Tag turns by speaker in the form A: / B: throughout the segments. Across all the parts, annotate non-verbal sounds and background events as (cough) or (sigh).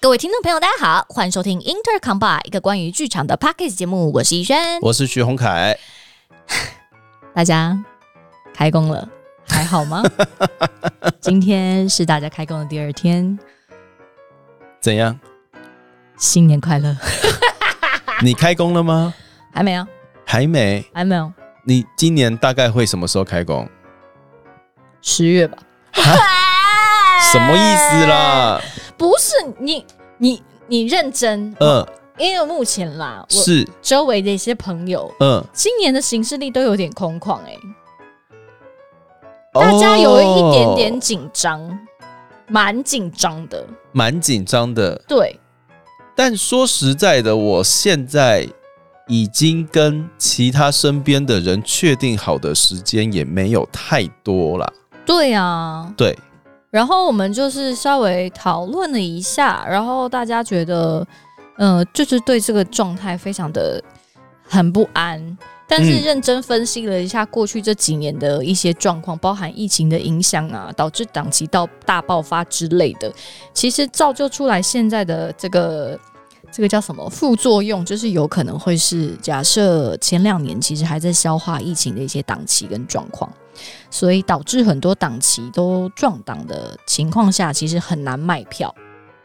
A: 各位听众朋友，大家好，欢迎收听 Inter Combine 一个关于剧场的 Pockets 节目，我是怡轩。
B: 我是徐宏凯，
A: 大家开工了，还
B: (laughs)
A: 好吗？今天是大家开工的第二天，
B: 怎样？
A: 新年快乐！啊
B: 你开工了吗？
A: 还没有，
B: 还没。
A: 还没有，
B: 你今年大概会什么时候开工？
A: 十月吧？
B: 什么意思？
A: (laughs)
B: 啦？
A: 不是你，你，你认真，
B: 嗯，
A: 因为目前啦，我
B: 是，
A: 周围的一些朋友。
B: 嗯，
A: 今年的行事历都有点空旷哎、大家有一点点
B: 哦
A: 紧张，蛮紧张的。
B: 蛮紧张的。
A: 对，
B: 但说实在的，我现在已经跟其他身边的人确定好的时间也没有太多啦。
A: 对啊。
B: 对，
A: 然后我们就是稍微讨论了一下，然后大家觉得，呃，就是对这个状态非常的很不安。但是
B: 嗯
A: 认真分析了一下过去这几年的一些状况，包含疫情的影响啊，导致档期到大爆发之类的，其实造就出来现在的这个这个叫什么副作用，就是有可能会是假设前两年其实还在消化疫情的一些档期跟状况，所以导致很多档期都撞档的情况下，其实很难卖票。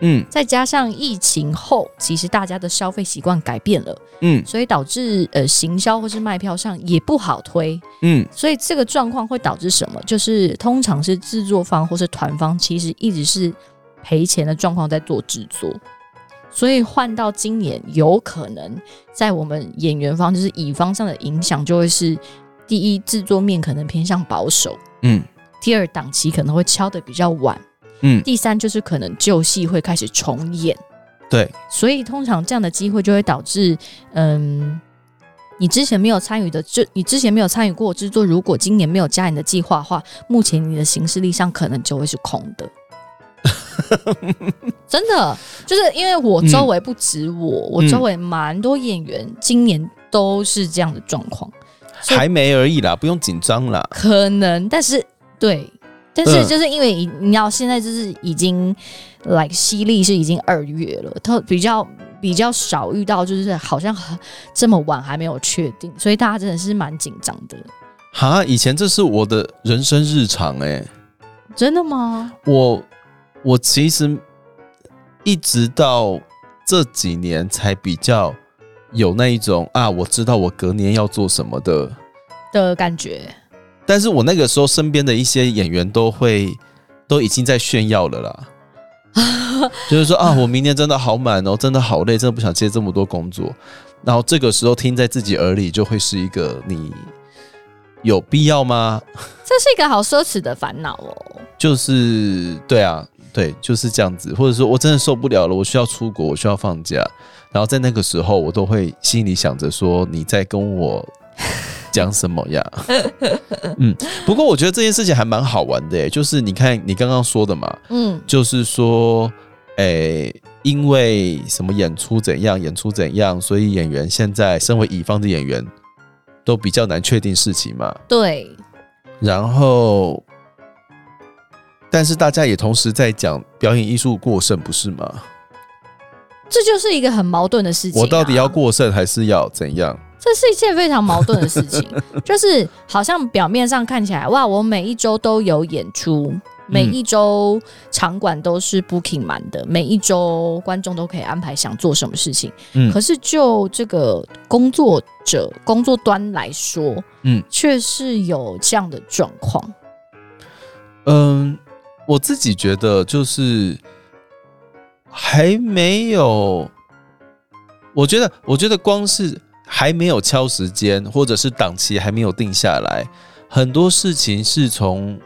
B: 嗯
A: 再加上疫情后，其实大家的消费习惯改变了，
B: 嗯
A: 所以导致呃行销或是卖票上也不好推。
B: 嗯，
A: 所以这个状况会导致什么？就是通常是制作方或是团方，其实一直是赔钱的状况在做制作。所以换到今年，有可能在我们演员方，就是乙方上的影响，就会是第一制作面可能偏向保守，
B: 嗯
A: 第二档期可能会敲得比较晚，
B: 嗯，
A: 第三就是可能旧戏会开始重演。
B: 对，
A: 所以通常这样的机会就会导致，嗯，你之前没有参与的，就你之前没有参与过的制作，如果今年没有加你的计划的话，目前你的行事历上可能就会是空的。真的，就是因为我周围不止我，我周围蛮多演员今年都是这样的状况，所以
B: 还没而已啦，不用紧张啦。
A: 可能，但是对，但是
B: 嗯
A: 就是因为你你要现在就是已经，like 西历是已经二月了，它比较比较少遇到，就是好像很这么晚还没有确定，所以大家真的是蛮紧张的。
B: 哈，以前这是我的人生日常哎、
A: 真的吗？
B: 我我其实一直到这几年才比较有那一种啊，我知道我隔年要做什么的。
A: 的感觉
B: 但是我那个时候身边的一些演员都会都已经在炫耀了啦，就是说啊，我明年真的好满哦，真的好累，真的不想接这么多工作。然后这个时候听在自己耳里，就会是一个你有必要吗？
A: (laughs) 这是一个好奢侈的烦恼哦。
B: 就是对啊，对，就是这样子，或者说我真的受不了了，我需要出国，我需要放假，然后在那个时候，我都会心里想着说你在跟我讲什么呀？ (laughs) 嗯，不过我觉得这件事情还蛮好玩的耶，欸就是你看你刚刚说的嘛，
A: 嗯，
B: 就是说，诶、因为什么演出怎样，演出怎样，所以演员现在身为乙方的演员都比较难确定事情嘛，
A: 对，
B: 然后，但是大家也同时在讲表演艺术过剩，不是吗？
A: 这就是一个很矛盾的事情、啊
B: 我到底要？过剩还是要怎样？
A: 这是一件非常矛盾的事
B: (laughs)
A: 情，就是好像表面上看起来，哇，我每一周都有演出，每一周场馆都是 booking 满的，每一周观众都可以安排想做什么事情。
B: 嗯
A: 可是就这个工作者工作端来说，
B: 嗯
A: 却是有这样的状况。
B: 嗯，我自己觉得就是还没有，我觉得，我觉得光是还没有敲时间，或者是档期还没有定下来，很多事情是从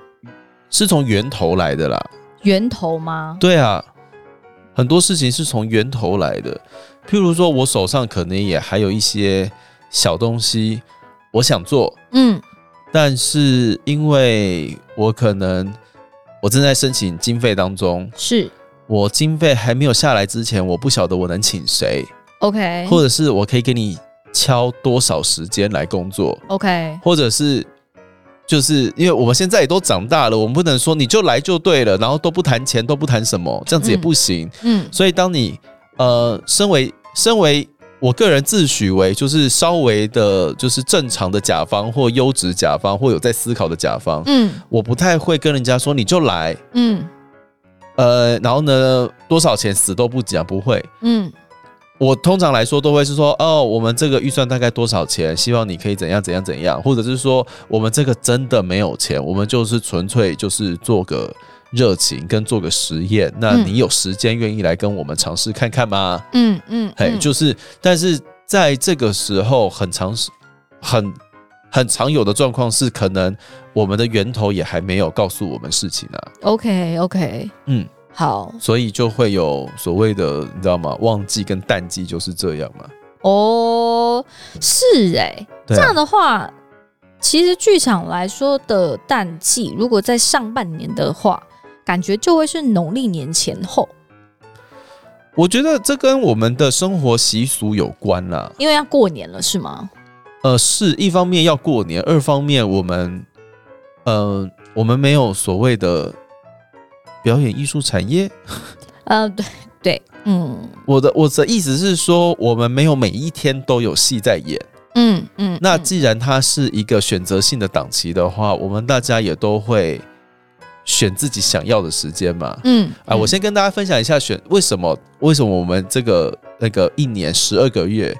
B: 是从源头来的啦。
A: 源头吗？
B: 对啊，很多事情是从源头来的。譬如说，我手上可能也还有一些小东西，我想做，
A: 嗯，
B: 但是因为我可能我正在申请经费当中，
A: 是
B: 我经费还没有下来之前，我不晓得我能请谁，
A: OK
B: 或者是我可以给你敲多少时间来工作，
A: OK，
B: 或者是就是因为我们现在也都长大了，我们不能说你就来就对了，然后都不谈钱，都不谈什么，这样子也不行。
A: 嗯
B: 所以当你呃，身为身为我个人自诩为就是稍微的，就是正常的甲方或优质甲方或有在思考的甲方，
A: 嗯
B: 我不太会跟人家说你就来，
A: 嗯
B: 呃，然后呢多少钱死都不讲，不会。
A: 嗯
B: 我通常来说都会是说，哦，我们这个预算大概多少钱？希望你可以怎样怎样怎样，或者是说我们这个真的没有钱，我们就是纯粹就是做个热情跟做个实验。那
A: 嗯
B: 你有时间愿意来跟我们尝试看看吗？
A: 嗯嗯，
B: 嘿，就是，但是在这个时候很常是很很常有的状况是，可能我们的源头也还没有告诉我们事情啊，
A: OK OK，
B: 嗯，
A: 好
B: 所以就会有所谓的，你知道吗？旺季跟淡季就是这样嘛。
A: 哦，是哎、
B: 对
A: 这
B: 啊
A: 样的话，其实剧场来说的淡季，如果在上半年的话，感觉就会是农历年前后，
B: 我觉得这跟我们的生活习俗有关啦。
A: 因为要过年了，是吗？
B: 呃，是一方面要过年，二方面我们，呃，我们没有所谓的表演艺术产业。
A: 呃，对对，嗯
B: 我的我的意思是说，我们没有每一天都有戏在演。
A: 嗯嗯，
B: 那
A: 嗯
B: 既然它是一个选择性的档期的话，我们大家也都会选自己想要的时间嘛。
A: 嗯
B: 啊，我先跟大家分享一下选为什么为什么我们这个那个一年十二个月，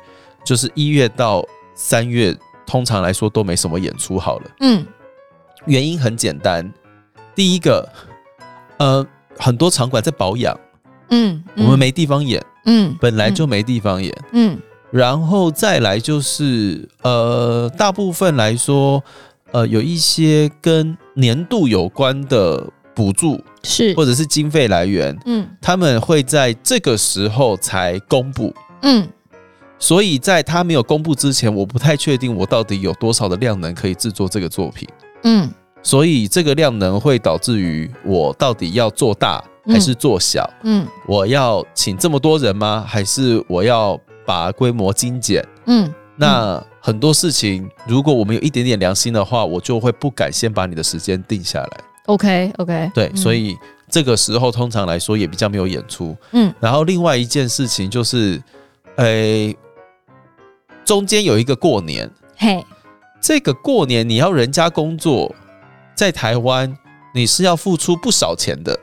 B: 就是一月到三月，通常来说都没什么演出好了。
A: 嗯
B: 原因很简单，第一个，呃，很多场馆在保养，
A: 嗯，
B: 啊我
A: 嗯
B: 们没地方演，
A: 嗯
B: 本来就没地方演。
A: 嗯
B: 然后再来就是，呃，大部分来说，呃，有一些跟年度有关的补助
A: 是
B: 或者是经费来源，
A: 嗯
B: 他们会在这个时候才公布，
A: 嗯
B: 所以在他没有公布之前，我不太确定我到底有多少的量能可以制作这个作品，
A: 嗯
B: 所以这个量能会导致于我到底要做大还是做小？
A: 嗯
B: 我要请这么多人吗？还是我要把规模精简？
A: 嗯
B: 那很多事情，如果我们有一点点良心的话，我就会不敢先把你的时间定下来。
A: ，OK OK，
B: 对，所以这个时候通常来说也比较没有演出。
A: 嗯
B: 然后另外一件事情就是，诶、中间有一个过年，
A: 嘿，
B: 这个过年你要人家工作，在台湾你是要付出不少钱的。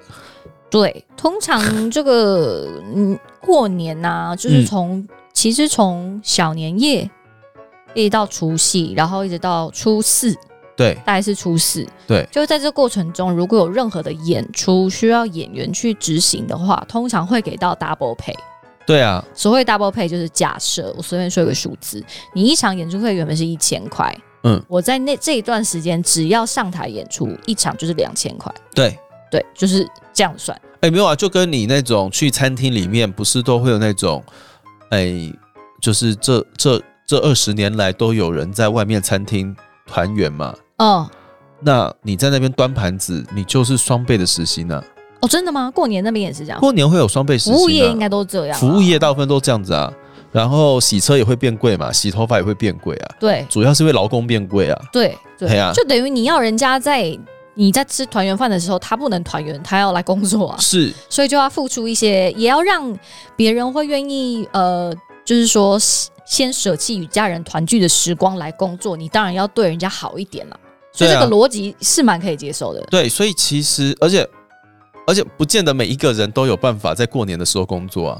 A: 对，通常这个嗯过年呐、就是
B: 嗯
A: 从、其实从小年夜一直到除夕，然后一直到初四，
B: 对
A: 大概是初四。
B: 对，
A: 就是在这过程中，如果有任何的演出需要演员去执行的话，通常会给到 double pay。
B: 对啊，
A: 所谓 double pay 就是假设我随便说一个数字，你一场演出费原本是一千块，
B: 嗯，
A: 我在那这一段时间只要上台演出一场就是两千块，
B: 对。
A: 对，就是这样算。
B: 哎、没有啊，就跟你那种去餐厅里面，不是都会有那种，哎、就是这这这二十年来都有人在外面餐厅团圆嘛。
A: 嗯，
B: 那你在那边端盘子，你就是双倍的时薪啊。
A: 哦，真的吗？过年那边也是这样。
B: 过年会有双倍时薪、啊，
A: 服务业应该都这样啊、
B: 服务业大部分都这样子啊。然后洗车也会变贵嘛，洗头发也会变贵啊，
A: 对
B: 主要是因为劳工变贵啊。
A: 对对
B: 嘿啊
A: 就等于你要人家在你在吃团圆饭的时候，他不能团圆，他要来工作啊，
B: 是，
A: 所以就要付出一些，也要让别人会愿意呃，就是说先舍弃与家人团聚的时光来工作，你当然要对人家好一点啦。所以
B: 对
A: 这
B: 啊
A: 个逻辑是蛮可以接受的。
B: 对，所以其实而且而且不见得每一个人都有办法在过年的时候工作啊。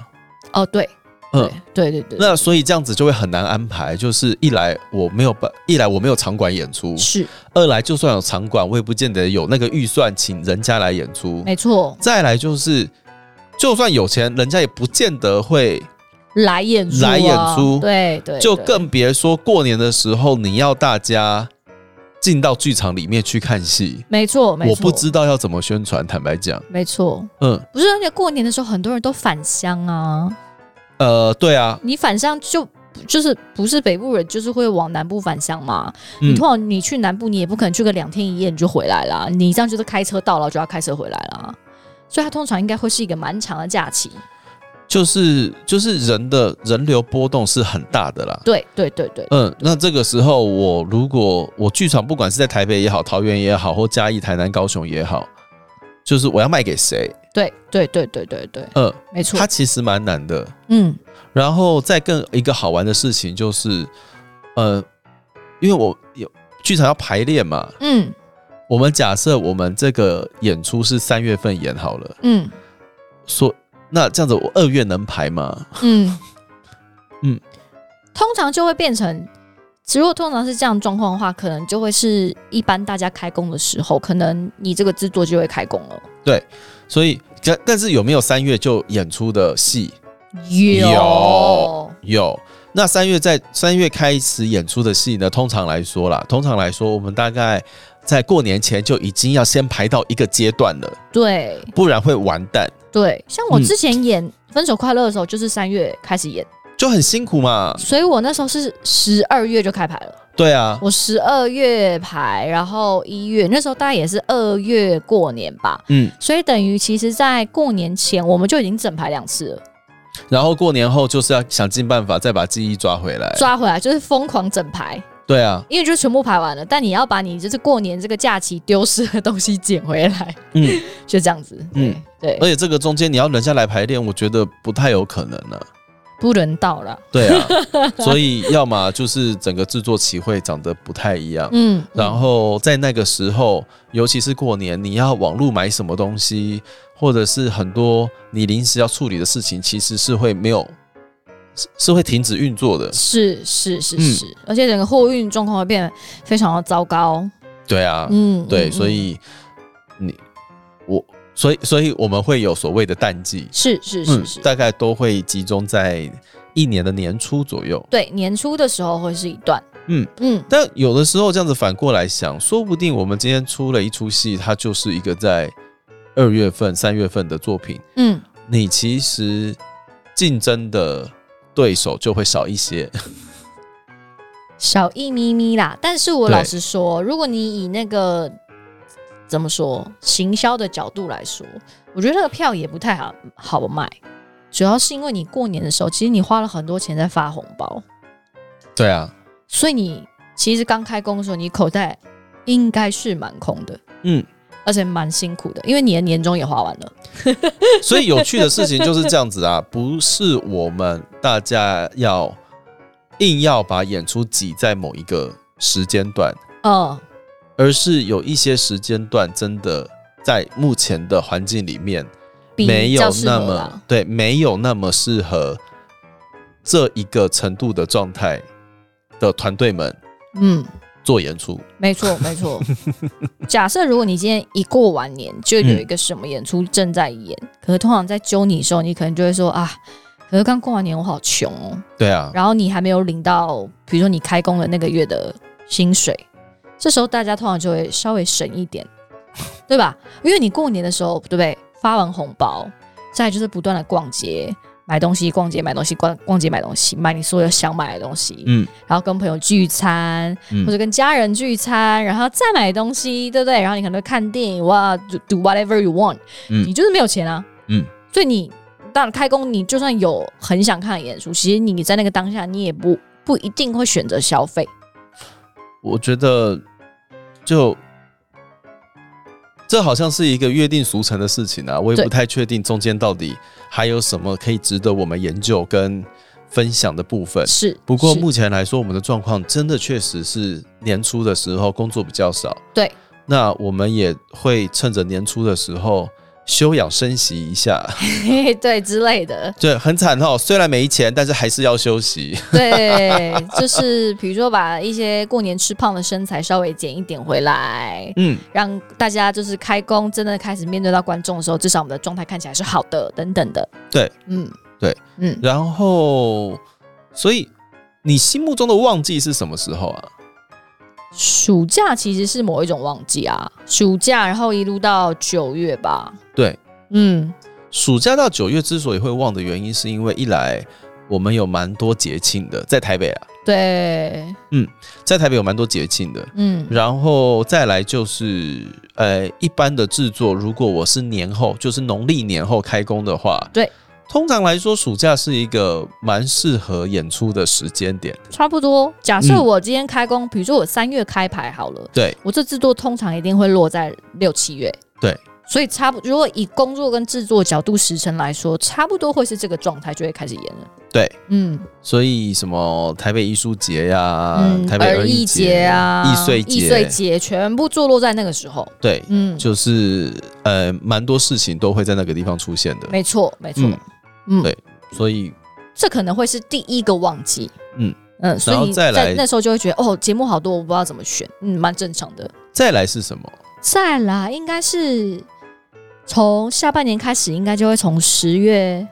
A: 哦，对，对，对对对，
B: 嗯那所以这样子就会很难安排，就是一来我没有办，一来我没有场馆演出，
A: 是
B: 二来就算有场馆，我也不见得有那个预算请人家来演出。
A: 没错，
B: 再来就是，就算有钱，人家也不见得会，
A: 来演出、啊，
B: 来演出
A: 对对，
B: 就
A: 对
B: 更别说过年的时候你要大家进到剧场里面去看戏。
A: 没错，没错，
B: 我不，知道要怎么宣传，坦白讲，
A: 没错。
B: 嗯，
A: 不是，而且过年的时候很多人都返乡啊，
B: 呃，对啊，
A: 你返乡就就是不是北部人，就是会往南部返乡嘛。你
B: 嗯，
A: 通常你去南部，你也不可能去个两天一夜你就回来啦，你这样就是开车到了就要开车回来啦。所以它通常应该会是一个蛮长的假期，
B: 就是就是人的人流波动是很大的啦。
A: 对对对对，
B: 嗯，那这个时候我如果我剧场不管是在台北也好、桃园也好，或嘉义、台南、高雄也好，就是我要卖给谁？
A: 对对对对对对，
B: 嗯，
A: 没错
B: 它。其实蛮难的。
A: 嗯
B: 然后再更一个好玩的事情就是，呃，因为我有剧场要排练嘛，
A: 嗯
B: 我们假设我们这个演出是三月份演好了，
A: 嗯
B: 说那这样子我二月能排吗？
A: 嗯
B: 嗯，
A: 通常就会变成，如果通常是这样状况的话，可能就会是一般大家开工的时候，可能你这个制作就会开工了。
B: 所以，但但是有没有三月就演出的戏？有有。那三月在三月开始演出的戏呢？通常来说啦，通常来说，我们大概在过年前就已经要先排到一个阶段了，
A: 对
B: 不然会完蛋，
A: 对，像我
B: 嗯
A: 之前演《分手快乐》的时候，就是三月开始演，
B: 就很辛苦嘛。
A: 所以我那时候是十二月就开排了。
B: 对啊，
A: 我十二月排，然后一月那时候大概也是二月过年吧，
B: 嗯，
A: 所以等于其实，在过年前我们就已经整排两次了，
B: 然后过年后就是要想尽办法再把记忆抓回来。
A: 抓回来就是疯狂整排，
B: 对啊，
A: 因为就全部排完了，但你要把你就是过年这个假期丢失的东西捡回来，
B: 嗯，
A: 就这样子，嗯
B: 嗯，
A: 对
B: 而，且这个中间你要人下来排练，我觉得不太有可能了、
A: 不人道了，
B: 对啊，所以要么就是整个制作期会长得不太一样，
A: 嗯，
B: 然后在那个时候，尤其是过年，你要网络买什么东西，或者是很多你临时要处理的事情，其实是会没有，是是会停止运作的。
A: 是是是
B: 嗯
A: 是，而且整个货运状况会变得非常的糟糕，
B: 对啊，
A: 嗯，
B: 对，
A: 嗯
B: 所
A: 嗯
B: 以你我，所以所以我们会有所谓的淡季，嗯
A: 是是是是，
B: 大概都会集中在一年的年初左右。
A: 对，年初的时候会是一段，
B: 嗯
A: 嗯。
B: 但有的时候这样子反过来想，说不定我们今天出了一出戏，它就是一个在二月份、三月份的作品，
A: 嗯，
B: 你其实竞争的对手就会少一些。
A: 小一咪咪啦。但是我老
B: 对
A: 实说，如果你以那个怎么说行销的角度来说，我觉得那个票也不太好好卖，主要是因为你过年的时候，其实你花了很多钱在发红包，
B: 对啊，
A: 所以你其实刚开工的时候，你口袋应该是蛮空的，
B: 嗯，
A: 而且蛮辛苦的，因为你的年终也花完了。
B: (laughs) 所以有趣的事情就是这样子啊，不是我们大家要硬要把演出挤在某一个时间段，
A: 嗯，
B: 而是有一些时间段真的在目前的环境里面
A: 比
B: 没有
A: 较适
B: 那
A: 合啦
B: 么对，没有那么适合这一个程度的状态的团队们
A: 嗯。
B: 做演出。
A: 没错，没错。假设如果你今天一过完年，就有一个什么演出正在演，可是通常在揪你的时候，你可能就会说啊，可是刚过完年，我好穷哦。
B: 对啊，
A: 然后你还没有领到，比如说你开工的那个月的薪水，这时候大家通常就会稍微省一点，对吧？因为你过年的时候，对不对？发完红包，再来就是不断的逛街。买东西，逛街买东西，逛逛街买东西，买你所有想买的东西，
B: 嗯
A: 然后跟朋友聚餐，或
B: 嗯，
A: 者跟家人聚餐，然后再买东西，对不对？然后你可能会看电影，哇，do do whatever you want，、
B: 嗯
A: 你就是没有钱啊，
B: 嗯，
A: 所以你当然开工，你就算有很想看的演出，其实你在那个当下，你也不不一定会选择消费，
B: 我觉得就这好像是一个约定俗成的事情啊，我也
A: 对
B: 不太确定中间到底还有什么可以值得我们研究跟分享的部分。
A: 是。
B: 不过
A: 是
B: 目前来说，我们的状况真的确实是年初的时候工作比较少，
A: 对。
B: 那我们也会趁着年初的时候休养生息一下， (laughs)
A: (laughs) 对之类的，
B: 对，很惨哦。虽然没钱，但是还是要休息。 (laughs)
A: 对，就是比如说把一些过年吃胖的身材稍微减一点回来，
B: 嗯，
A: 让大家就是开工真的开始面对到观众的时候，至少我们的状态看起来是好的，等等的。
B: 对，
A: 嗯，
B: 对，
A: 嗯，
B: 然后，所以你心目中的旺季是什么时候啊？
A: 暑假其实是某一种旺季啊，暑假然后一路到九月吧。
B: 对，
A: 嗯，
B: 暑假到九月之所以会旺的原因，是因为一来我们有蛮多节庆的，在台北啊，
A: 对，
B: 在台北有蛮多节庆的，
A: 嗯
B: 然后再来就是，呃，一般的制作，如果我是年后，就是农历年后开工的话，
A: 对，
B: 通常来说，暑假是一个蛮适合演出的时间点。
A: 差不多。假设
B: 嗯
A: 我今天开工，比如说我三月开牌好了，
B: 对，
A: 我这制作通常一定会落在六七月。
B: 对，
A: 所以差不如果以工作跟制作角度时程来说，差不多会是这个状态，就会开始演了。
B: 对，
A: 嗯，
B: 所以什么台北艺术节呀、
A: 嗯，
B: 台北
A: 儿
B: 艺
A: 节啊，
B: 易碎节
A: 易碎节全部坐落在那个时候。
B: 对，
A: 嗯，
B: 就是呃，蛮多事情都会在那个地方出现的。
A: 没错，没错，
B: 嗯
A: 嗯，
B: 对所以
A: 这可能会是第一个旺季。
B: 嗯
A: 嗯，所
B: 然
A: 以
B: 后再来
A: 在那时候就会觉得哦，节目好多，我不知道怎么选，嗯，蛮正常的。
B: 再来是什么？
A: 再来应该是从下半年开始，应该就会从十月、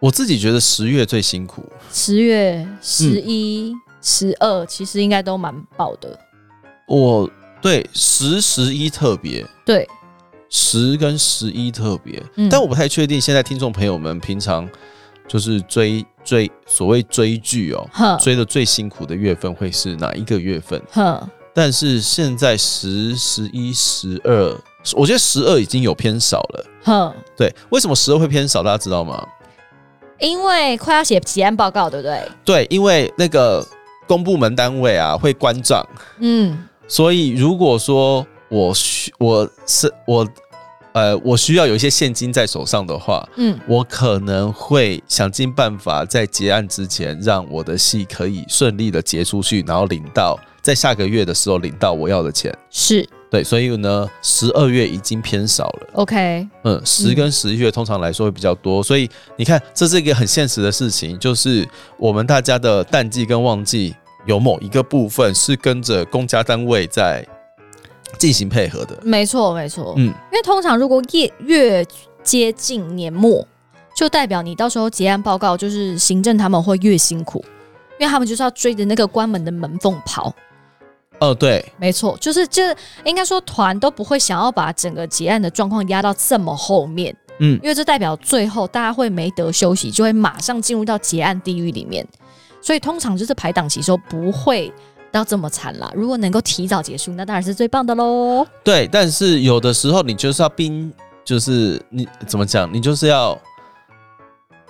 B: 我自己觉得十月最辛苦，
A: 十月、十一、十二，其实应该都蛮爆的。
B: 我对十十一特别，
A: 对，
B: 十跟十一特别，
A: 嗯
B: 但我不太确定现在听众朋友们平常就是追追所谓追剧哦，
A: 哼
B: 追的最辛苦的月份会是哪一个月份？
A: 哼，
B: 但是现在十、十一、十二，我觉得十二已经有偏少了。
A: 哼，
B: 对，为什么十二会偏少？大家知道吗？
A: 因为快要写结案报告，对不对？
B: 对，因为那个公部门单位啊会关账，
A: 嗯，
B: 所以如果说我需我是我呃我需要有一些现金在手上的话，
A: 嗯，
B: 我可能会想尽办法在结案之前让我的戏可以顺利的结出去，然后领到在下个月的时候领到我要的钱。
A: 是
B: 对，所以呢，十二月已经偏少了。
A: OK，
B: 嗯，十
A: 嗯
B: 跟十一月通常来说会比较多，所以你看，这是一个很现实的事情，就是我们大家的淡季跟旺季有某一个部分是跟着公家单位在进行配合的。
A: 没错没错。
B: 嗯，
A: 因为通常如果越越接近年末，就代表你到时候结案报告，就是行政他们会越辛苦，因为他们就是要追着那个关门的门缝跑。
B: 哦，对，
A: 没错，就是这应该说团都不会想要把整个结案的状况压到这么后面，
B: 嗯，
A: 因为这代表最后大家会没得休息，就会马上进入到结案地狱里面。所以通常就是排档期的时候不会到这么惨啦。如果能够提早结束，那当然是最棒的喽。
B: 对，但是有的时候你就是要兵，就是你怎么讲，你就是要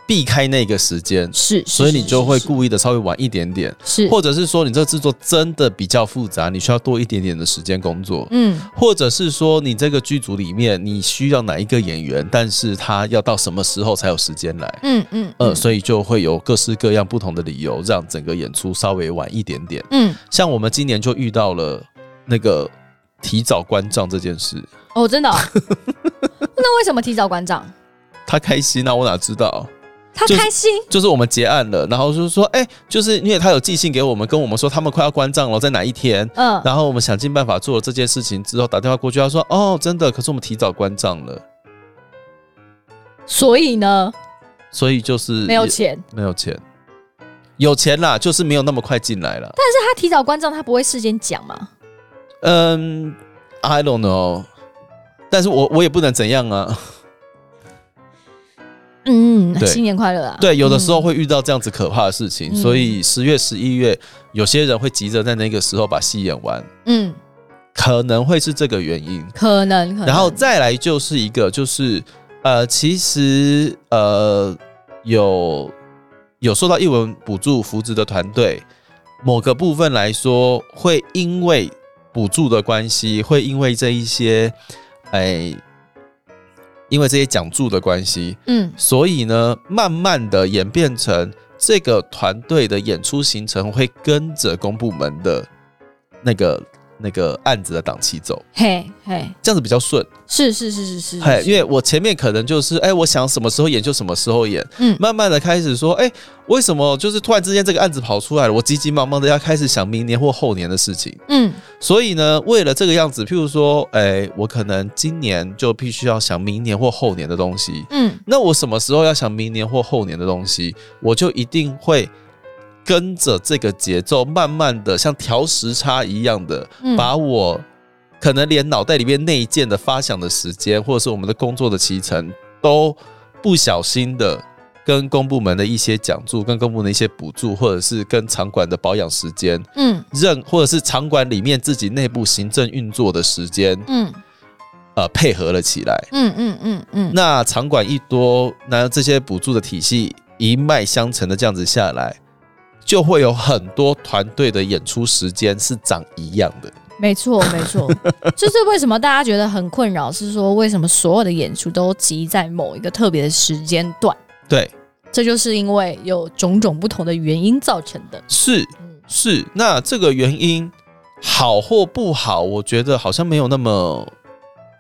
B: 避开那个时间，
A: 是，是
B: 所以你就会
A: 是
B: 故意的稍微晚一点点，
A: 是是
B: 或者是说你这制作真的比较复杂，你需要多一点点的时间工作。
A: 嗯，
B: 或者是说，你这个剧组里面你需要哪一个演员，但是他要到什么时候才有时间来？
A: 嗯嗯
B: 呃，所以就会有各式各样不同的理由，让整个演出稍微晚一点点。
A: 嗯，
B: 像我们今年就遇到了那个提早关账这件事，
A: 哦，
B: (laughs)
A: 真的哦、那为什么提早关账？
B: 他开心那、我哪知道？
A: 他
B: 就是
A: 开心，
B: 就是我们结案了，然后就是说，哎、就是因为他有寄信给我们，跟我们说他们快要关账了，在哪一天？
A: 嗯，
B: 然后我们想尽办法做了这件事情之后，打电话过去，他说，哦，真的，可是我们提早关账了，
A: 所以呢，
B: 所以就是
A: 没有钱。
B: 没有钱，有钱啦，就是没有那么快进来了。
A: 但是他提早关账，他不会事先讲嘛？
B: 嗯，I don't know，但是我我也不能怎样啊。
A: 嗯，
B: 对
A: 新年快乐啊！
B: 对，有的时候
A: 嗯
B: 会遇到这样子可怕的事情，
A: 嗯
B: 所以十月、十一月，有些人会急着在那个时候把戏演完，
A: 嗯，
B: 可能会是这个原因。
A: 可能，可能
B: 然后再来就是一个，就是呃，其实呃，有有受到译文补助扶植的团队，某个部分来说，会因为补助的关系，会因为这一些，哎，因为这些奖助的关系，
A: 嗯
B: 所以呢，慢慢的演变成这个团队的演出行程会跟着公部门的那个那个案子的档期走，
A: 嘿嘿，
B: 这样子比较顺。
A: 是是是是是，
B: 嘿，因
A: 为
B: 为我前面可能就是，哎、我想什么时候演就什么时候演，
A: 嗯
B: 慢慢的开始说，哎、为什么就是突然之间这个案子跑出来了，我急急忙忙的要开始想明年或后年的事情。
A: 嗯
B: 所以呢，为了这个样子，譬如说，哎、我可能今年就必须要想明年或后年的东西。
A: 嗯
B: 那我什么时候要想明年或后年的东西，我就一定会跟着这个节奏，慢慢的像调时差一样的，
A: 嗯，
B: 把我可能连脑袋里面内建的发想的时间，或者是我们的工作的期程，都不小心的跟公部门的一些奖助、跟公部门的一些补助，或者是跟场馆的保养时间，
A: 嗯
B: 任或者是场馆里面自己内部行政运作的时间，
A: 嗯
B: 呃配合了起来。
A: 嗯嗯嗯嗯，
B: 那场馆一多，那这些补助的体系一脉相承的这样子下来，就会有很多团队的演出时间是长一样的。
A: 没错没 (laughs) 错，这是为什么大家觉得很困扰，是说为什么所有的演出都集在某一个特别的时间段？
B: 对，
A: 这就是因为有种种不同的原因造成的。
B: 是
A: 嗯
B: 是。那这个原因好或不好，我觉得好像没有那么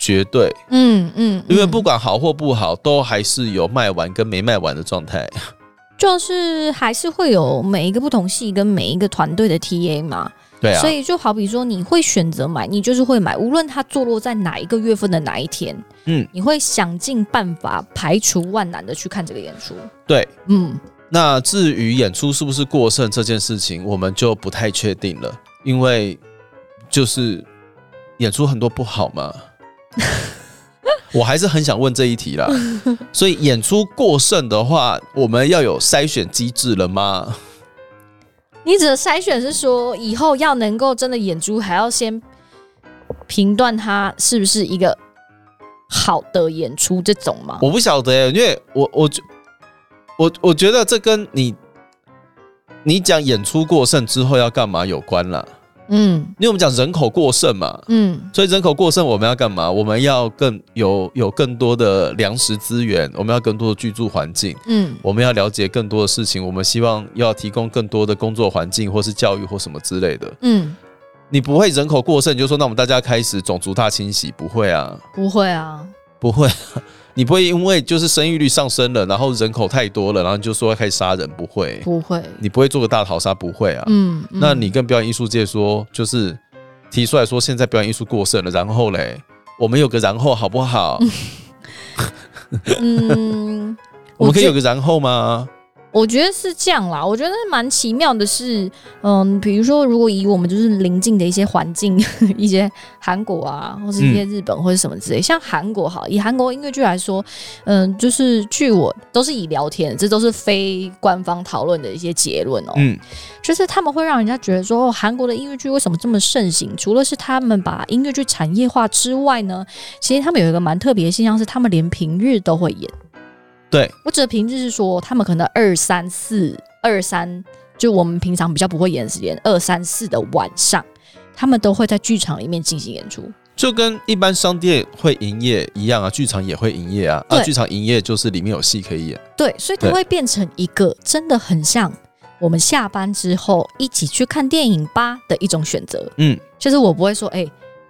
B: 绝对，
A: 嗯嗯，
B: 因为不
A: 嗯
B: 管好或不好，都还是有卖完跟没卖完的状态。
A: 就是还是会有每一个不同系跟每一个团队的 TA 嘛，
B: 对啊
A: 所，以就好比说你会选择买，你就是会买，无论它坐落在哪一个月份的哪一天，
B: 嗯，
A: 你会想尽办法排除万难的去看这个演出。
B: 对。
A: 嗯，
B: 那至于演出是不是过剩这件事情，我们就不太确定了，因为就是演出很多不好
A: (laughs)
B: 嘛。我还是很想问这一题
A: (laughs)
B: 啦，所以演出过剩的话，我们要有筛选机制了吗？
A: 你指的筛选是说以后要能够真的演出，还要先评断它是不是一个好的演出这种吗？
B: 我不晓得、欸，因为我我觉我我觉得这跟你你讲演出过剩之后要干嘛有关啦，
A: 嗯
B: 因为我们讲人口过剩嘛，
A: 嗯
B: 所以人口过剩，我们要干嘛？我们要更有有更多的粮食资源，我们要更多的居住环境，
A: 嗯
B: 我们要了解更多的事情，我们希望要提供更多的工作环境，或是教育或什么之类的。
A: 嗯，
B: 你不会人口过剩，你就说那我们大家开始种族大清洗？不会啊，
A: 不会啊，
B: 不会。 (laughs) 你不会因为就是生育率上升了，然后人口太多了，然后你就说要开始杀人？不会，
A: 不会。
B: 你不会做个大逃杀？不会啊。
A: 嗯，嗯
B: 那你跟表演艺术界说，就是提出来说，现在表演艺术过剩了，然后嘞，我们有个然后好不好？
A: 嗯，
B: (laughs) 我们可以
A: 觉
B: 有个然后吗？
A: 我觉得是这样啦。我觉得蛮奇妙的是，嗯，比如说，如果以我们就是邻近的一些环境， (laughs) 一些韩国啊，或是一些日本或者什么之类，像韩国好，以韩国音乐剧来说，嗯，就是据我都是以聊天，这都是非官方讨论的一些结论哦、
B: 嗯，
A: 就是他们会让人家觉得说，哦，韩国的音乐剧为什么这么盛行？除了是他们把音乐剧产业化之外呢，其实他们有一个蛮特别的现象是，他们连平日都会演。
B: 对，
A: 我指的平日是说，他们可能二三四二三，就我们平常比较不会演的时间，二三四的晚上，他们都会在剧场里面进行演出。
B: 就跟一般商店会营业一样啊，剧场也会营业啊，啊，
A: 对
B: 剧场营业就是里面有戏可以演，
A: 对，所以它
B: 对
A: 会变成一个真的很像我们下班之后一起去看电影吧的一种选择。
B: 嗯，
A: 就是我不会说，哎、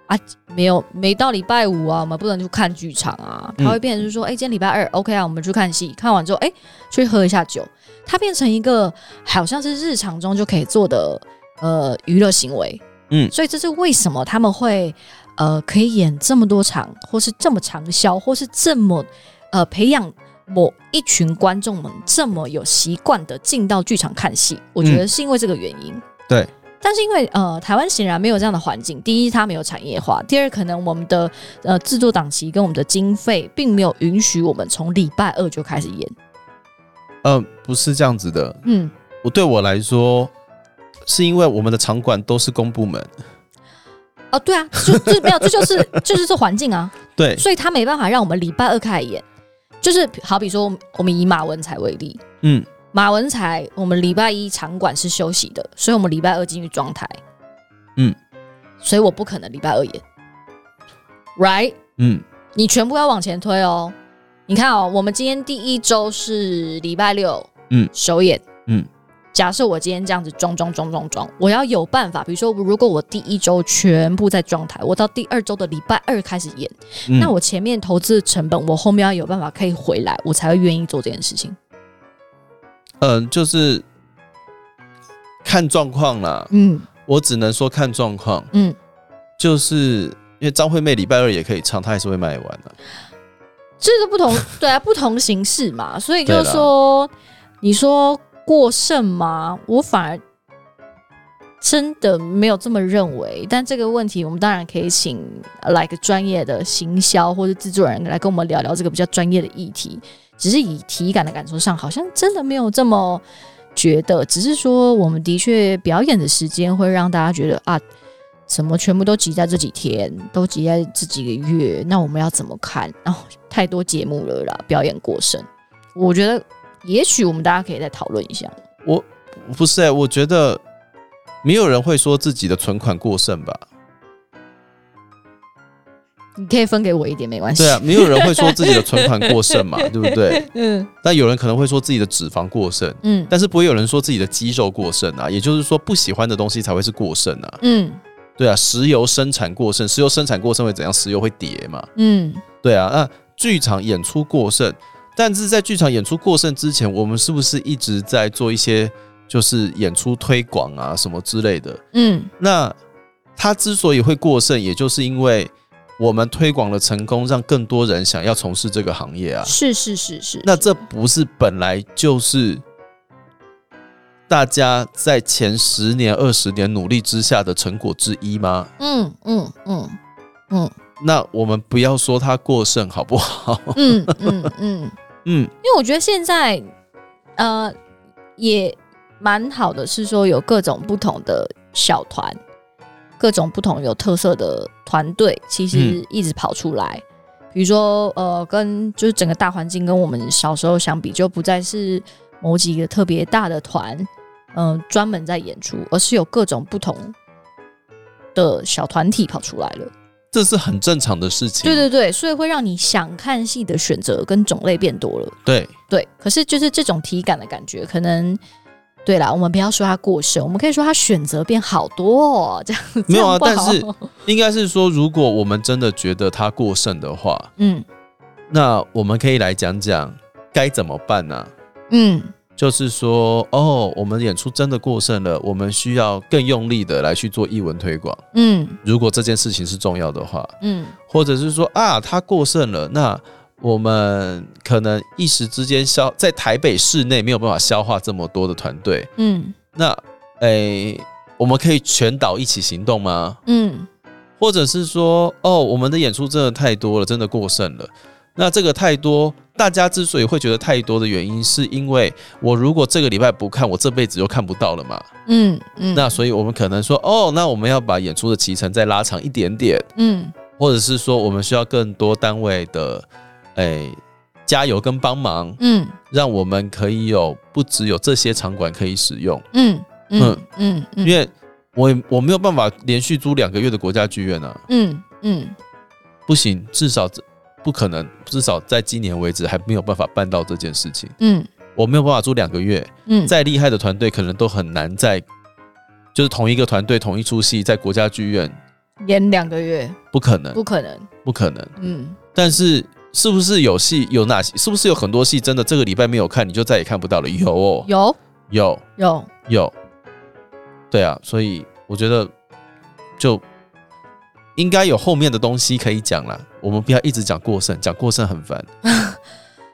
A: 啊，没有，没到礼拜五啊，我们不能去看剧场啊。
B: 嗯
A: 它会变成是说，哎、今天礼拜二，OK 啊，我们去看戏，看完之后，哎、去喝一下酒。它变成一个好像是日常中就可以做的呃娱乐行为。
B: 嗯
A: 所以这是为什么他们会呃可以演这么多场，或是这么长销，或是这么呃培养某一群观众们这么有习惯的进到剧场看戏，我觉得是因为这个原因。
B: 对。
A: 但是因为呃，台湾显然没有这样的环境。第一，它没有产业化；第二，可能我们的呃制作档期跟我们的经费并没有允许我们从礼拜二就开始演。
B: 呃，不是这样子的，
A: 嗯，
B: 我对我来说，是因为我们的场馆都是公部门，
A: 哦，对啊，就就没有，这就是就是这环境啊。
B: 对，
A: 所以他没办法让我们礼拜二开始演。就是好比说，我们以马文才为例，
B: 嗯，
A: 马文才我们礼拜一场馆是休息的，所以我们礼拜二进去装台。
B: 嗯，
A: 所以我不可能礼拜二演，right？
B: 嗯，
A: 你全部要往前推哦。你看哦，我们今天第一周是礼拜六，
B: 嗯
A: 首演，
B: 嗯。
A: 假设我今天这样子装装装装装，我要有办法，比如说，如果我第一周全部在装台，我到第二周的礼拜二开始演，
B: 嗯
A: 那我前面投资的成本，我后面要有办法可以回来，我才会愿意做这件事情。
B: 嗯、就是看状况啦，
A: 嗯
B: 我只能说看状况，
A: 嗯，
B: 就是因为张惠妹礼拜二也可以唱，她还是会卖完啊的、
A: 这是
B: (laughs)
A: 不同，对啊，不同形式嘛，所以就
B: 对
A: 是
B: 啦
A: 说，你说过剩吗？我反而真的没有这么认为。但这个问题，我们当然可以请呃来个专业的行销或者制作人来跟我们聊聊这个比较专业的议题。只是以体感的感受上，好像真的没有这么觉得，只是说我们的确表演的时间会让大家觉得啊，什么全部都挤在这几天，都挤在这几个月，那我们要怎么看？然、后太多节目了啦，表演过剩，我觉得也许我们大家可以再讨论一下。
B: 不是哎、我觉得没有人会说自己的存款过剩吧？
A: 你可以分给我一点，没关系。
B: 对啊，没有人会说自己的存款过剩嘛，对不对？
A: 嗯
B: 但有人可能会说自己的脂肪过剩，
A: 嗯
B: 但是不会有人说自己的肌肉过剩啊。也就是说，不喜欢的东西才会是过剩啊。
A: 嗯
B: 对啊，石油生产过剩，石油生产过剩会怎样？石油会跌嘛？
A: 嗯，
B: 对啊，那剧场演出过剩，但是在剧场演出过剩之前，我们是不是一直在做一些就是演出推广啊什么之类的？
A: 嗯
B: 那它之所以会过剩，也就是因为我们推广了成功，让更多人想要从事这个行业啊。
A: 是是是是。
B: 那这不是本来就是大家在前十年、二十年努力之下的成果之一吗？
A: 嗯嗯嗯嗯
B: 那我们不要说它过剩，好不好？ (laughs)
A: 嗯嗯嗯，
B: 嗯，
A: 因为我觉得现在呃也蛮好的，是说有各种不同的小团，各种不同有特色的团队，其实一直跑出来。比如说，呃，跟就是整个大环境跟我们小时候相比，就不再是某几个特别大的团，嗯、专门在演出，而是有各种不同的小团体跑出来了。
B: 这是很正常的事情。
A: 对对对，所以会让你想看戏的选择跟种类变多了。
B: 对
A: 对，可是就是这种体感的感觉，可能对啦，我们不要说它过剩，我们可以说它选择变好多、哦，这样 (laughs)
B: 没有啊
A: 这样不好
B: 但应该是说，如果我们真的觉得它过剩的话，
A: 嗯
B: 那我们可以来讲讲该怎么办呢、
A: 嗯
B: 就是说，哦，我们演出真的过剩了，我们需要更用力的来去做译文推广。
A: 嗯
B: 如果这件事情是重要的话，
A: 嗯
B: 或者是说啊，它过剩了，那我们可能一时之间消在台北市内没有办法消化这么多的团队，
A: 嗯
B: 那诶、我们可以全岛一起行动吗？
A: 嗯
B: 或者是说，哦，我们的演出真的太多了，真的过剩了。那这个太多，大家之所以会觉得太多的原因，是因为我如果这个礼拜不看，我这辈子就看不到了嘛。
A: 嗯嗯，
B: 那所以我们可能说，哦，那我们要把演出的期程再拉长一点点，
A: 嗯
B: 或者是说，我们需要更多单位的，诶、加油跟帮忙，
A: 嗯
B: 让我们可以有不只有这些场馆可以使用，
A: 嗯嗯嗯嗯，
B: 因为我也我没有办法连续租两个月的国家剧院啊。
A: 嗯嗯
B: 不行，至少这不可能，至少在今年为止还没有办法办到这件事情。
A: 嗯
B: 我没有办法租两个月，
A: 嗯，
B: 再厉害的团队可能都很难在，就是同一个团队同一出戏在国家剧院，
A: 演两个月
B: 不可能，
A: 不可能，
B: 不可能。
A: 嗯
B: 但是是不是有戏有哪些？是不是有很多戏真的这个礼拜没有看，你就再也看不到了？有哦，
A: 有
B: 有
A: 有
B: 有，对啊，所以我觉得就应该有后面的东西可以讲啦。我们不要一直讲过剩，讲过剩很烦。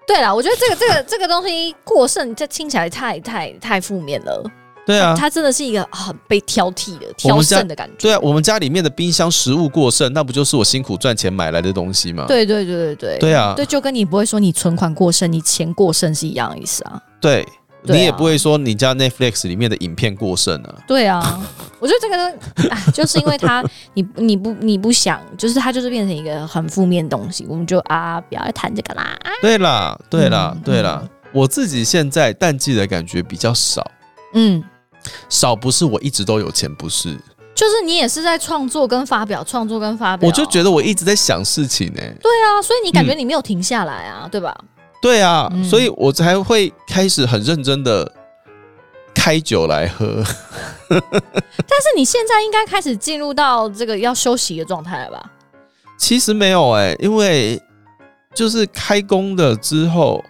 A: 对啦，我觉得这个这个 (laughs) 这个东西过剩，这听起来太太太负面了。
B: 对啊，
A: 它真的是一个啊很被挑剔的挑剩的感觉。
B: 对啊，我们家里面的冰箱食物过剩，那不就是我辛苦赚钱买来的东西吗？
A: 对对对对对
B: 啊对啊，
A: 对，就跟你不会说你存款过剩，你钱过剩是一样的意思啊。
B: 对，
A: 对啊
B: 你也不会说你家 Netflix 里面的影片过剩啊。
A: 对啊，我觉得这个都，哎，就是因为它，你 (laughs) 你不你不想，就是它就是变成一个很负面的东西，我们就啊不要再谈这个啦。
B: 对啦，对啦，
A: 嗯
B: 对啦，我自己现在淡季的感觉比较少，
A: 嗯，
B: 少不是我一直都有钱，不是，
A: 就是你也是在创作跟发表，创作跟发表，
B: 我就觉得嗯我一直在想事情欸呢、
A: 对啊，所以你感觉你没有停下来啊，对吧？
B: 对啊，
A: 嗯
B: 所以我才会开始很认真的开酒来喝。
A: 但是你现在应该开始进入到这个要休息的状态了吧？
B: 其实没有哎、因为就是开工了之后，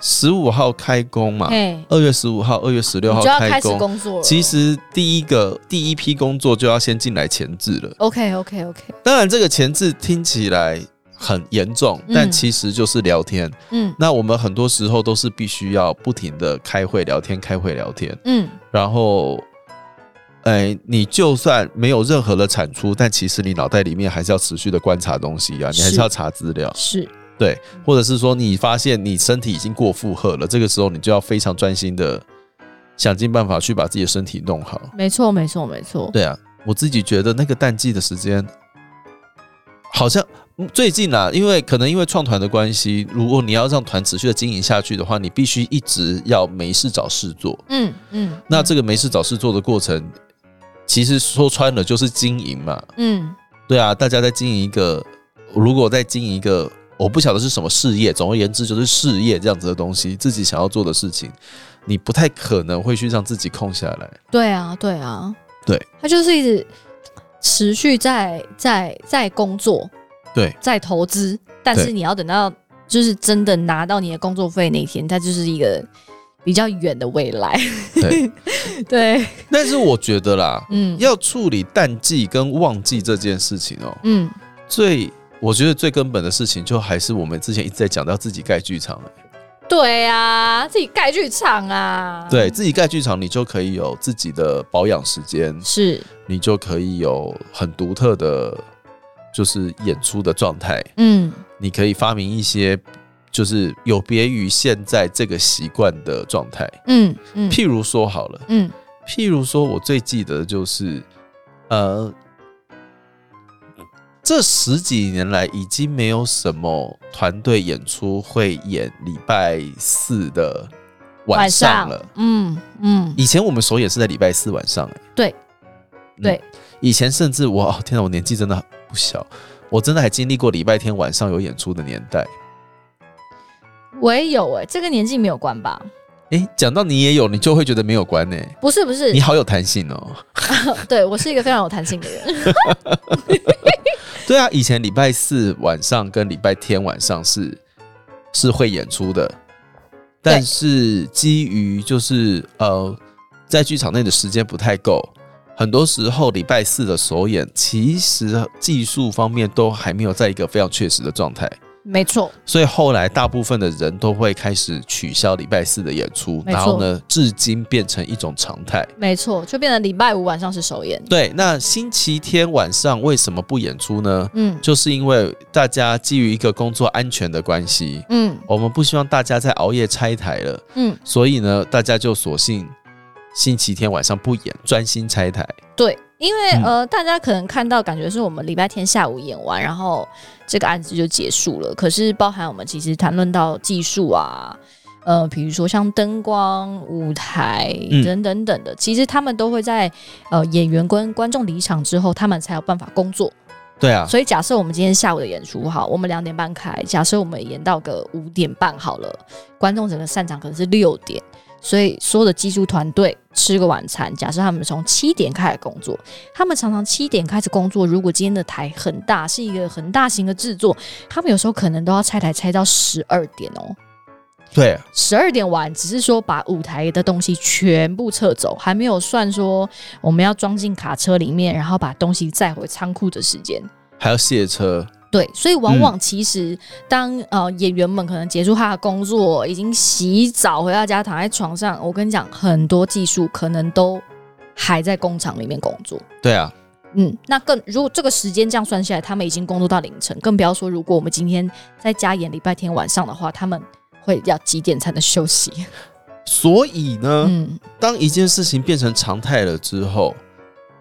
B: 十五号开工嘛，
A: 哎、
B: 二月十五号、二月十六
A: 你
B: 号
A: 就要开始
B: 工。
A: 工作了。
B: 其实第一个第一批工作就要先进来前置了。
A: OK OK OK，
B: 当然，这个前置听起来很严重，
A: 嗯
B: 但其实就是聊天。
A: 嗯
B: 那我们很多时候都是必须要不停的开会聊天、开会聊天，
A: 嗯
B: 然后。哎，你就算没有任何的产出，但其实你脑袋里面还是要持续的观察东西啊，你还是
A: 是
B: 要查资料。
A: 是，
B: 对，或者是说你发现你身体已经过负荷了，这个时候你就要非常专心的想尽办法去把自己的身体弄好。
A: 没错没错没错。
B: 对啊，我自己觉得那个淡季的时间，好像嗯最近啊，因为可能因为创团的关系，如果你要让团持续的经营下去的话，你必须一直要没事找事做。
A: 嗯嗯，
B: 那这个没事找事做的过程，其实说穿了就是经营嘛。
A: 嗯
B: 对啊，大家在经营一个，如果在经营一个，我不晓得是什么事业，总而言之就是事业这样子的东西，自己想要做的事情，你不太可能会去让自己空下来。
A: 对啊对啊，
B: 对，
A: 他就是一直持续在在在工作，
B: 对，
A: 在投资，但是
B: 对
A: 你要等到就是真的拿到你的工作费那一天，它就是一个比较远的未来。
B: 对
A: (laughs) 对，
B: 但是我觉得啦，
A: 嗯
B: 要处理淡季跟旺季这件事情哦，
A: 嗯，
B: 最我觉得最根本的事情，就还是我们之前一直在讲到自己盖剧场、
A: 对啊，自己盖剧场啊，
B: 对自己盖剧场，你就可以有自己的保养时间，
A: 是，
B: 你就可以有很独特的，就是演出的状态。
A: 嗯
B: 你可以发明一些就是有别于现在这个习惯的状态。
A: 嗯嗯
B: 譬如说好了，
A: 嗯
B: 譬如说我最记得的就是，呃，这十几年来已经没有什么团队演出会演礼拜四的晚上了。
A: 嗯嗯，
B: 以前我们首演是在礼拜四晚上、欸，
A: 对
B: 嗯
A: 对
B: 以前甚至我 (laughs) 哦天哪，我年纪真的不小，我真的还经历过礼拜天晚上有演出的年代。
A: 我也有哎、这个年纪没有关吧？
B: 诶，讲到你也有，你就会觉得没有关呢、
A: 不是不是呃
B: 你，好有弹性哦。
A: 对我是一个非常有弹性的人。
B: 对啊，以前礼拜四晚上跟礼拜天晚上是是会演出的，但是基于就是呃，在剧场内的时间不太够，很多时候礼拜四的首演其实技术方面都还没有在一个非常确实的状态，
A: (laughs) 没错，
B: 所以后来大部分的人都会开始取消礼拜四的演出，
A: 没错
B: 然后呢，至今变成一种常态。
A: 没错，就变成礼拜五晚上是首演。
B: 对，那星期天晚上为什么不演出呢？
A: 嗯
B: 就是因为大家基于一个工作安全的关系，
A: 嗯
B: 我们不希望大家在熬夜拆台了，
A: 嗯，
B: 所以呢，大家就索性星期天晚上不演，专心拆台。
A: 对，因为、
B: 嗯
A: 呃，大家可能看到感觉是我们礼拜天下午演完，然后这个案子就结束了。可是包含我们其实谈论到技术啊。呃，比如说像灯光、舞台
B: 嗯
A: 等等等的，其实他们都会在呃演员跟观众离场之后，他们才有办法工作。
B: 对啊，
A: 所以假设我们今天下午的演出好，我们两点半开，假设我们演到个五点半好了，观众整个散场可能是六点，所以所有的技术团队吃个晚餐，假设他们从七点开始工作，他们常常七点开始工作，如果今天的台很大，是一个很大型的制作，他们有时候可能都要拆台拆到十二点哦。
B: 对啊，
A: 十二点完，只是说把舞台的东西全部撤走，还没有算说我们要装进卡车里面，然后把东西载回仓库的时间。
B: 还要卸车。
A: 对，所以
B: 嗯
A: 往往其实、当呃演员们可能结束他的工作，已经洗澡回到家躺在床上，我跟你讲，很多技术可能都还在工厂里面工作。
B: 对啊，
A: 嗯，那更如果这个时间这样算下来，他们已经工作到凌晨，更不要说如果我们今天在家演礼拜天晚上的话，他们会要几点才能休息？
B: 所以呢，
A: 嗯
B: 当一件事情变成常态了之后，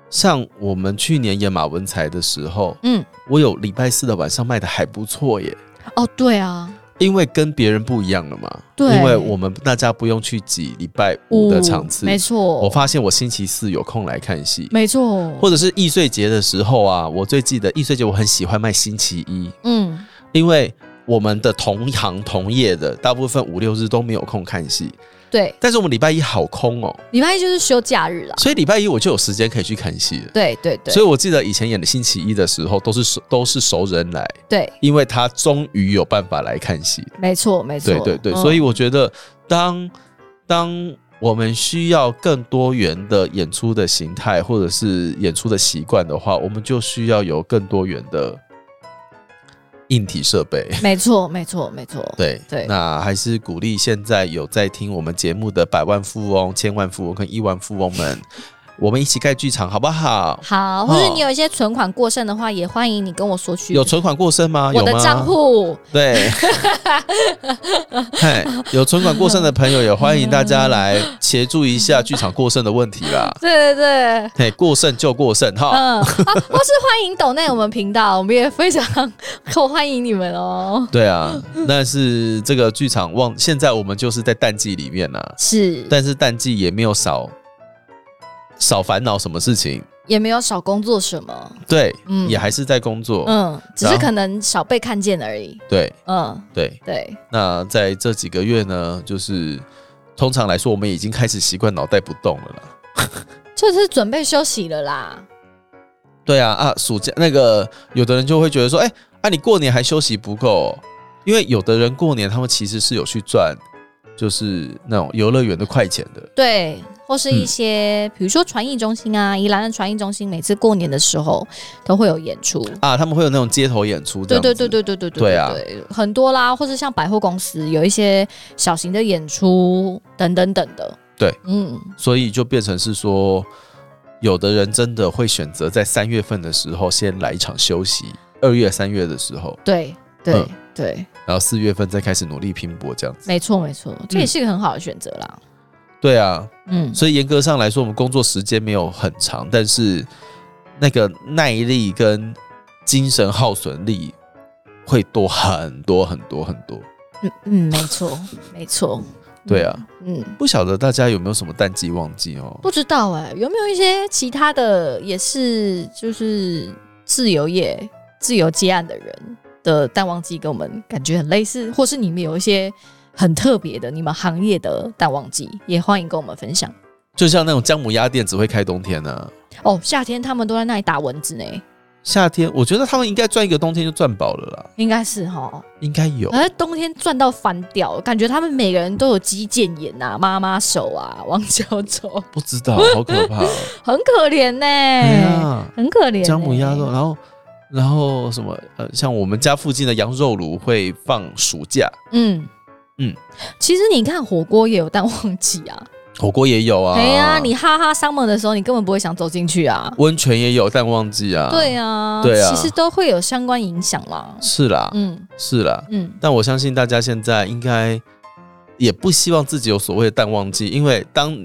B: 像我们去年演马文才的时候，
A: 嗯，
B: 我有礼拜四的晚上卖的还不错耶，
A: 哦，对啊，
B: 因为跟别人不一样了嘛。
A: 对哦
B: 因为我们大家不用去挤礼拜五的场次。
A: 没错，
B: 我发现我星期四有空来看戏，
A: 没错，
B: 或者是易碎节的时候啊，我最记得易碎节我很喜欢卖星期一，
A: 嗯
B: 因为我们的同行同业的大部分五六日都没有空看戏，
A: 对，
B: 但是我们礼拜一好空哦，
A: 礼拜一就是休假日啦。
B: 所以礼拜一我就有时间可以去看戏了。
A: 对对对
B: 所以我记得以前演的星期一的时候，都是熟都是熟人来，
A: 对，
B: 因为他终于有办法来看戏了。
A: 没错没错，
B: 对对对，
A: 嗯
B: 所以我觉得当当我们需要更多元的演出的形态或者是演出的习惯的话，我们就需要有更多元的硬体设
A: (laughs)
B: 备。
A: 没错，没错，没错。
B: 对
A: 对
B: 那还是鼓励现在有在听我们节目的百万富翁、千万富翁跟亿万富翁们，我们一起盖剧场好不好？
A: 好，或是你有一些存款过剩的话，也欢迎你跟我索取。
B: 哦有存款过剩吗？
A: 我的
B: 有吗
A: 账户，
B: (laughs) 对，嗨，有存款过剩的朋友也欢迎大家来协助一下剧场过剩的问题啦。
A: 对对对。
B: 嘿，过剩就过剩哈。
A: 嗯，啊， (laughs) 或是欢迎抖内我们频道，我们也非常 (laughs) 我欢迎你们哦。
B: 对啊，那是这个剧场旺，现在我们就是在淡季里面啦、啊
A: 是，
B: 但是淡季也没有少少烦恼什么事情，
A: 也没有少工作什么，
B: 对，
A: 嗯
B: 也还是在工作，
A: 嗯，只是
B: 然后
A: 可能少被看见而已。
B: 对
A: 嗯，
B: 对。
A: 对，
B: 那在这几个月呢，就是通常来说，我们已经开始习惯脑袋不动了啦。
A: 就是准备休息了啦。
B: 对啊啊，暑假那个有的人就会觉得说，哎、啊，你过年还休息不够哦、因为有的人过年他们其实是有去赚，就是那种游乐园的快钱的，
A: 对，或是一
B: 嗯
A: 些，比如说传艺中心啊，宜兰的传艺中心，每次过年的时候都会有演出。
B: 啊，他们会有那种街头演出这
A: 对
B: 样
A: 对
B: 子，
A: 对
B: 对，
A: 对对对对
B: 对啊
A: 对很多啦，或是像百货公司有一些小型的演出等等等的。
B: 对，
A: 嗯，
B: 所以就变成是说，有的人真的会选择在三月份的时候先来一场休息，二月、三月的时候，
A: 对对、
B: 嗯
A: 对，
B: 然后四月份再开始努力拼搏这样子。
A: 没错没错，这也是一个很好的选择啦。
B: 对啊，
A: 嗯，
B: 所以严格上来说，我们工作时间没有很长，但是那个耐力跟精神耗损力会多很多很多很多。
A: 嗯嗯，没错没错。
B: 对啊，
A: 嗯，嗯，
B: 不晓得大家有没有什么淡季旺季哦？
A: 不知道哎、有没有一些其他的也是就是自由业、自由接案的人的淡旺季跟我们感觉很类似，或是你们有一些很特别的你们行业的淡旺季，也欢迎跟我们分享。
B: 就像那种姜母鸭店只会开冬天呢、
A: 哦，夏天他们都在那里打蚊子呢，
B: 嗯夏天我觉得他们应该赚一个冬天就赚饱了啦，
A: 应该是哈。
B: 应该有。
A: 而冬天赚到翻掉，感觉他们每个人都有肌腱炎啊、妈妈手啊、王小肘，
B: 不知道，好可怕、哦！
A: (laughs) 很可怜呢、
B: 哎呀，
A: 很可怜、欸
B: 姜母鸭
A: 哎
B: 肉，，然后然后什么呃，像我们家附近的羊肉炉会放暑假，
A: 嗯
B: 嗯。
A: 其实你看火锅也有淡旺季啊，
B: 火锅也有啊。
A: 哎呀、你哈哈 summer 的时候，你根本不会想走进去啊。
B: 温泉也有，但忘记啊。
A: 对，啊，
B: 对啊
A: 其实都会有相关影响啦。
B: 是啊啦，
A: 嗯
B: 是啦。
A: 嗯，
B: 但我相信大家现在应该也不希望自己有所谓的淡旺季，因为当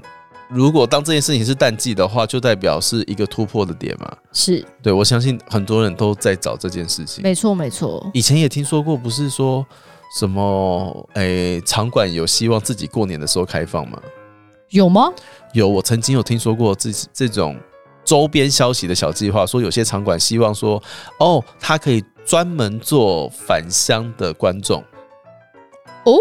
B: 如果当这件事情是淡季的话，就代表是一个突破的点嘛。
A: 是
B: 对我相信很多人都在找这件事情。
A: 没错没错，
B: 以前也听说过，不是说什么诶、场馆有希望自己过年的时候开放吗？
A: 有吗？
B: 有，我曾经有听说过这这种周边消息的小计划，说有些场馆希望说，哦，他可以专门做返乡的观众，
A: 哦，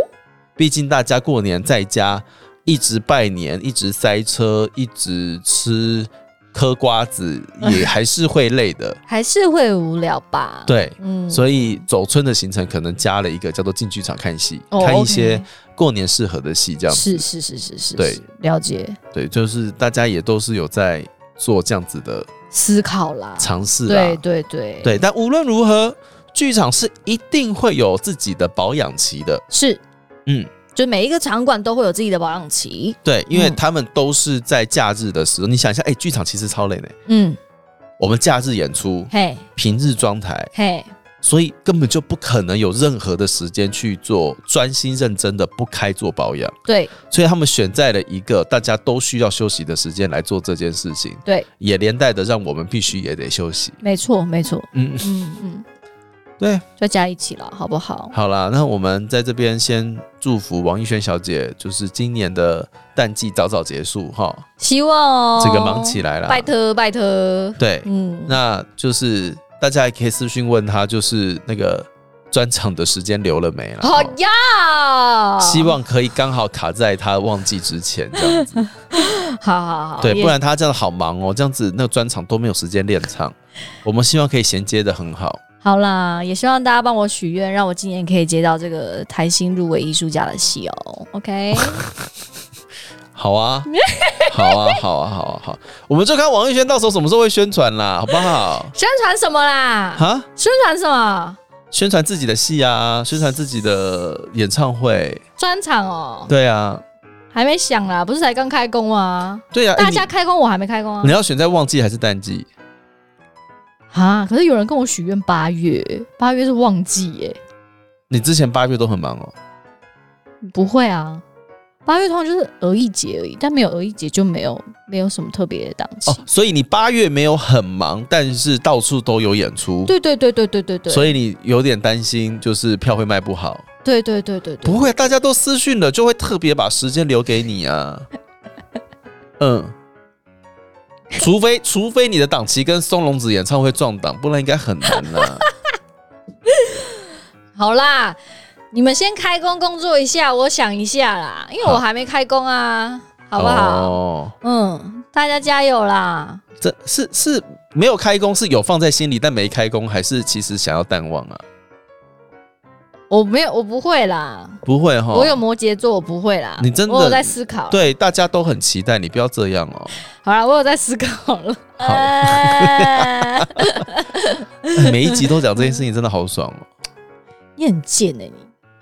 B: 毕竟大家过年在家一直拜年，一直塞车，一直吃嗑瓜
A: (laughs)
B: 子，也还是会累的。
A: 还是会无聊吧？，
B: 对，
A: 嗯
B: 所以走村的行程可能加了一个叫做进剧场看戏，
A: 哦
B: 看一
A: OK
B: 些过年适合的戏，这样子。
A: 是是是是是，
B: 对
A: 是，了解
B: 对，就是大家也都是有在做这样子的
A: 思考啦，
B: 尝试啦。
A: 对对对
B: 对，但无论如何，剧场是一定会有自己的保养期的。
A: 是，
B: 嗯，
A: 就每一个场馆都会有自己的保养期，
B: 对，因为
A: 嗯
B: 他们都是在假日的时候，你想一下，哎、剧场其实超累的。
A: 嗯，
B: 我们假日演出，
A: 嘿
B: 平日装台，
A: 嘿，
B: 所以根本就不可能有任何的时间去做专心认真的不开做保养。
A: 对
B: 所以他们选在了一个大家都需要休息的时间来做这件事情，
A: 对，
B: 也连带的让我们必须也得休息。
A: 没错没错，
B: 嗯，
A: 嗯嗯，
B: 对，
A: 就加一起了，好不好？
B: 好啦，那我们在这边先祝福王艺轩小姐，就是今年的淡季早早结束哈，
A: 希望哦，
B: 这个忙起来啦。
A: 拜托拜托，
B: 对，
A: 嗯，
B: 那就是大家也可以私讯问她，就是那个专场的时间留了没啦。
A: 好
B: 哈
A: 呀，
B: 希望可以刚好卡在她旺季之前这
A: (laughs)
B: 样子，
A: 好好好，
B: 对，
A: 哦也
B: 不然她这样好忙哦，这样子那个专场都没有时间练
A: (laughs)
B: 唱。我们希望可以衔接的很好，
A: 好啦，也希望大家帮我许愿，让我今年可以接到这个台新入围艺术家的戏哦，OK，
B: (laughs) 好啊，好啊，好啊，好啊，好，我们就看王艺轩到时候什么时候会宣传啦，好不好？
A: 宣传什么啦？
B: 啊？
A: 宣传什么？
B: 宣传自己的戏啊，宣传自己的演唱会，
A: 专场哦，
B: 对啊，
A: 还没想啦，不是才刚开工吗？
B: 对呀、啊，哎
A: 大家开工，我还没开工啊
B: 你你。要选在旺季还是淡季？
A: 啊，可是有人跟我许愿八月，八月是旺季耶、
B: 你之前八月都很忙哦。
A: 不会啊。八月通常就是儿一节而已，但没有儿一节就没有没有什么特别的档期。
B: 哦，所以你八月没有很忙，但是到处都有演出，
A: 对对对对对对对，
B: 所
A: 以
B: 以你有点担心，就是票会卖不好。
A: 对对对对对，
B: 不会，大家都私讯了，就会特别把时间留给你
A: (laughs)
B: 啊。嗯，除非除非你的档期跟松隆子演唱会撞档，不然应该很难啦、
A: 好啦，你们先开工工作一下，我想一下啦，因为我
B: 好
A: 还没开工啊， (laughs) 好不好？
B: 哦，
A: 嗯，大家加油啦！
B: 这是是没有开工，是有放在心里，但没开工，还是其实想要淡忘啊？
A: 我没有，我不会啦，
B: 不会哈，
A: 我有摩羯座，我不会啦。
B: 哦你真的
A: 我有在思考。，
B: 对大家都很期待，你不要这样
A: (laughs)
B: 哦。
A: 好啦，我有在思考了。
B: 好
A: 呃
B: 每一集都讲这件事情，真的好爽哦。
A: 你很贱哎、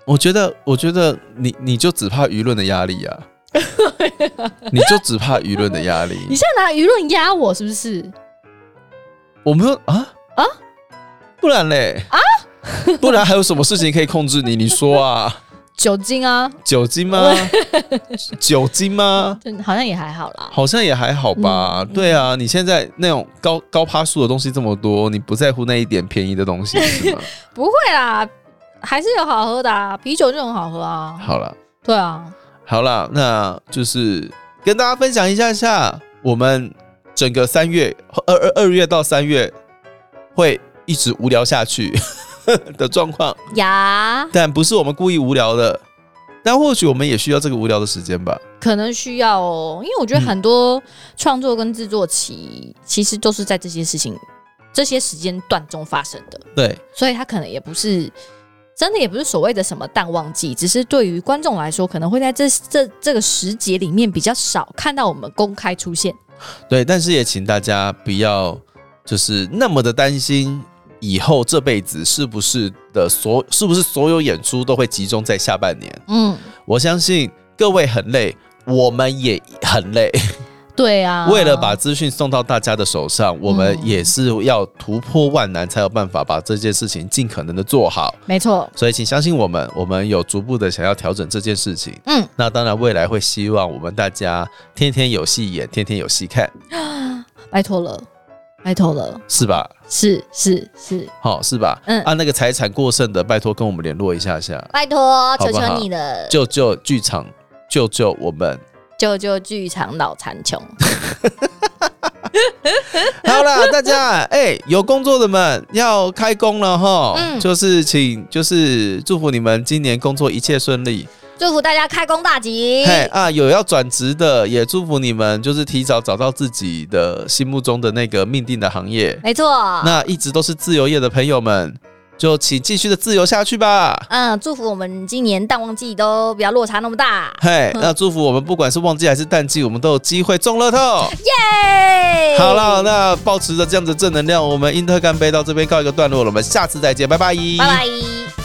B: 我觉得，我觉得你你就只怕舆论的压力
A: (laughs)
B: 啊，你就只怕舆论的压力。
A: 你你现在拿舆论压我是不是？
B: 我没有啊
A: 啊
B: 啊，不然嘞啊， (laughs) 不然还有什么事情可以控制你？你说啊，
A: 酒精啊，
B: 酒精吗？酒精吗？
A: 就好像也还好啦。
B: 好像也还好吧。对啊，你现在那种高高趴数的东西这么多，你不在乎那一点便宜的东西是吗？
A: 不会啦，还是有好喝的啊，啤酒就很好喝啊。
B: 好了，
A: 对啊，
B: 好了，那就是跟大家分享一下下，我们整个三月二二二月到三月会一直无聊下去 (laughs) 的状况。
A: 牙
B: 但不是我们故意无聊的，但或许我们也需要这个无聊的时间吧。
A: 可能需要哦，因为我觉得
B: 嗯
A: 很多创作跟制作期、其实都是在这些事情、这些时间段中发生的，
B: 对，
A: 所以它可能也不是真的，也不是所谓的什么淡旺季，只是对于观众来说，可能会在这这这个时节里面比较少看到我们公开出现。
B: 对，但是也请大家不要就是那么的担心，以后这辈子是不是的所是不是所有演出都会集中在下半年？
A: 嗯，
B: 我相信各位很累。我们也很累，
A: 对啊，
B: 为了把资讯送到大家的手上，我们
A: 嗯
B: 也是要突破万难，才有办法把这件事情尽可能的做好。
A: 没错，
B: 所以，请相信我们，我们有逐步的想要调整这件事情。
A: 嗯，
B: 那当然，未来会希望我们大家天天有戏演，天天有戏看，
A: 拜托了，拜托了，
B: 是吧？
A: 是是是，
B: 好、是吧？
A: 嗯
B: 啊，那个财产过剩的，拜托跟我们联络一下下，
A: 拜托，
B: 好
A: 求
B: 不好
A: 求你了，
B: 救救剧场，救救我们。
A: 救救剧场脑残
B: (laughs)
A: 穷。
B: 好
A: (laughs)
B: 啦，大家，哎、有工作的们要开工了哈，
A: 嗯
B: 就是请，就是祝福你们今年工作一切顺利。
A: 祝福大家开工大吉！
B: 嘿啊，有要转职的，也祝福你们，就是提早找到自己的心目中的那个命定的行业。
A: 没错，
B: 那一直都是自由业的朋友们，就请继续的自由下去吧。
A: 嗯，祝福我们今年淡旺季都不要落差那么
B: (laughs)
A: 大，
B: 嘿，那祝福我们，不管是旺季还是淡季，我们都有机会中乐透。
A: 耶！
B: 好了，，那保持着这样的正能量，我们英特干杯到这边告一个段落了，我们下次再见，拜拜，
A: 拜拜。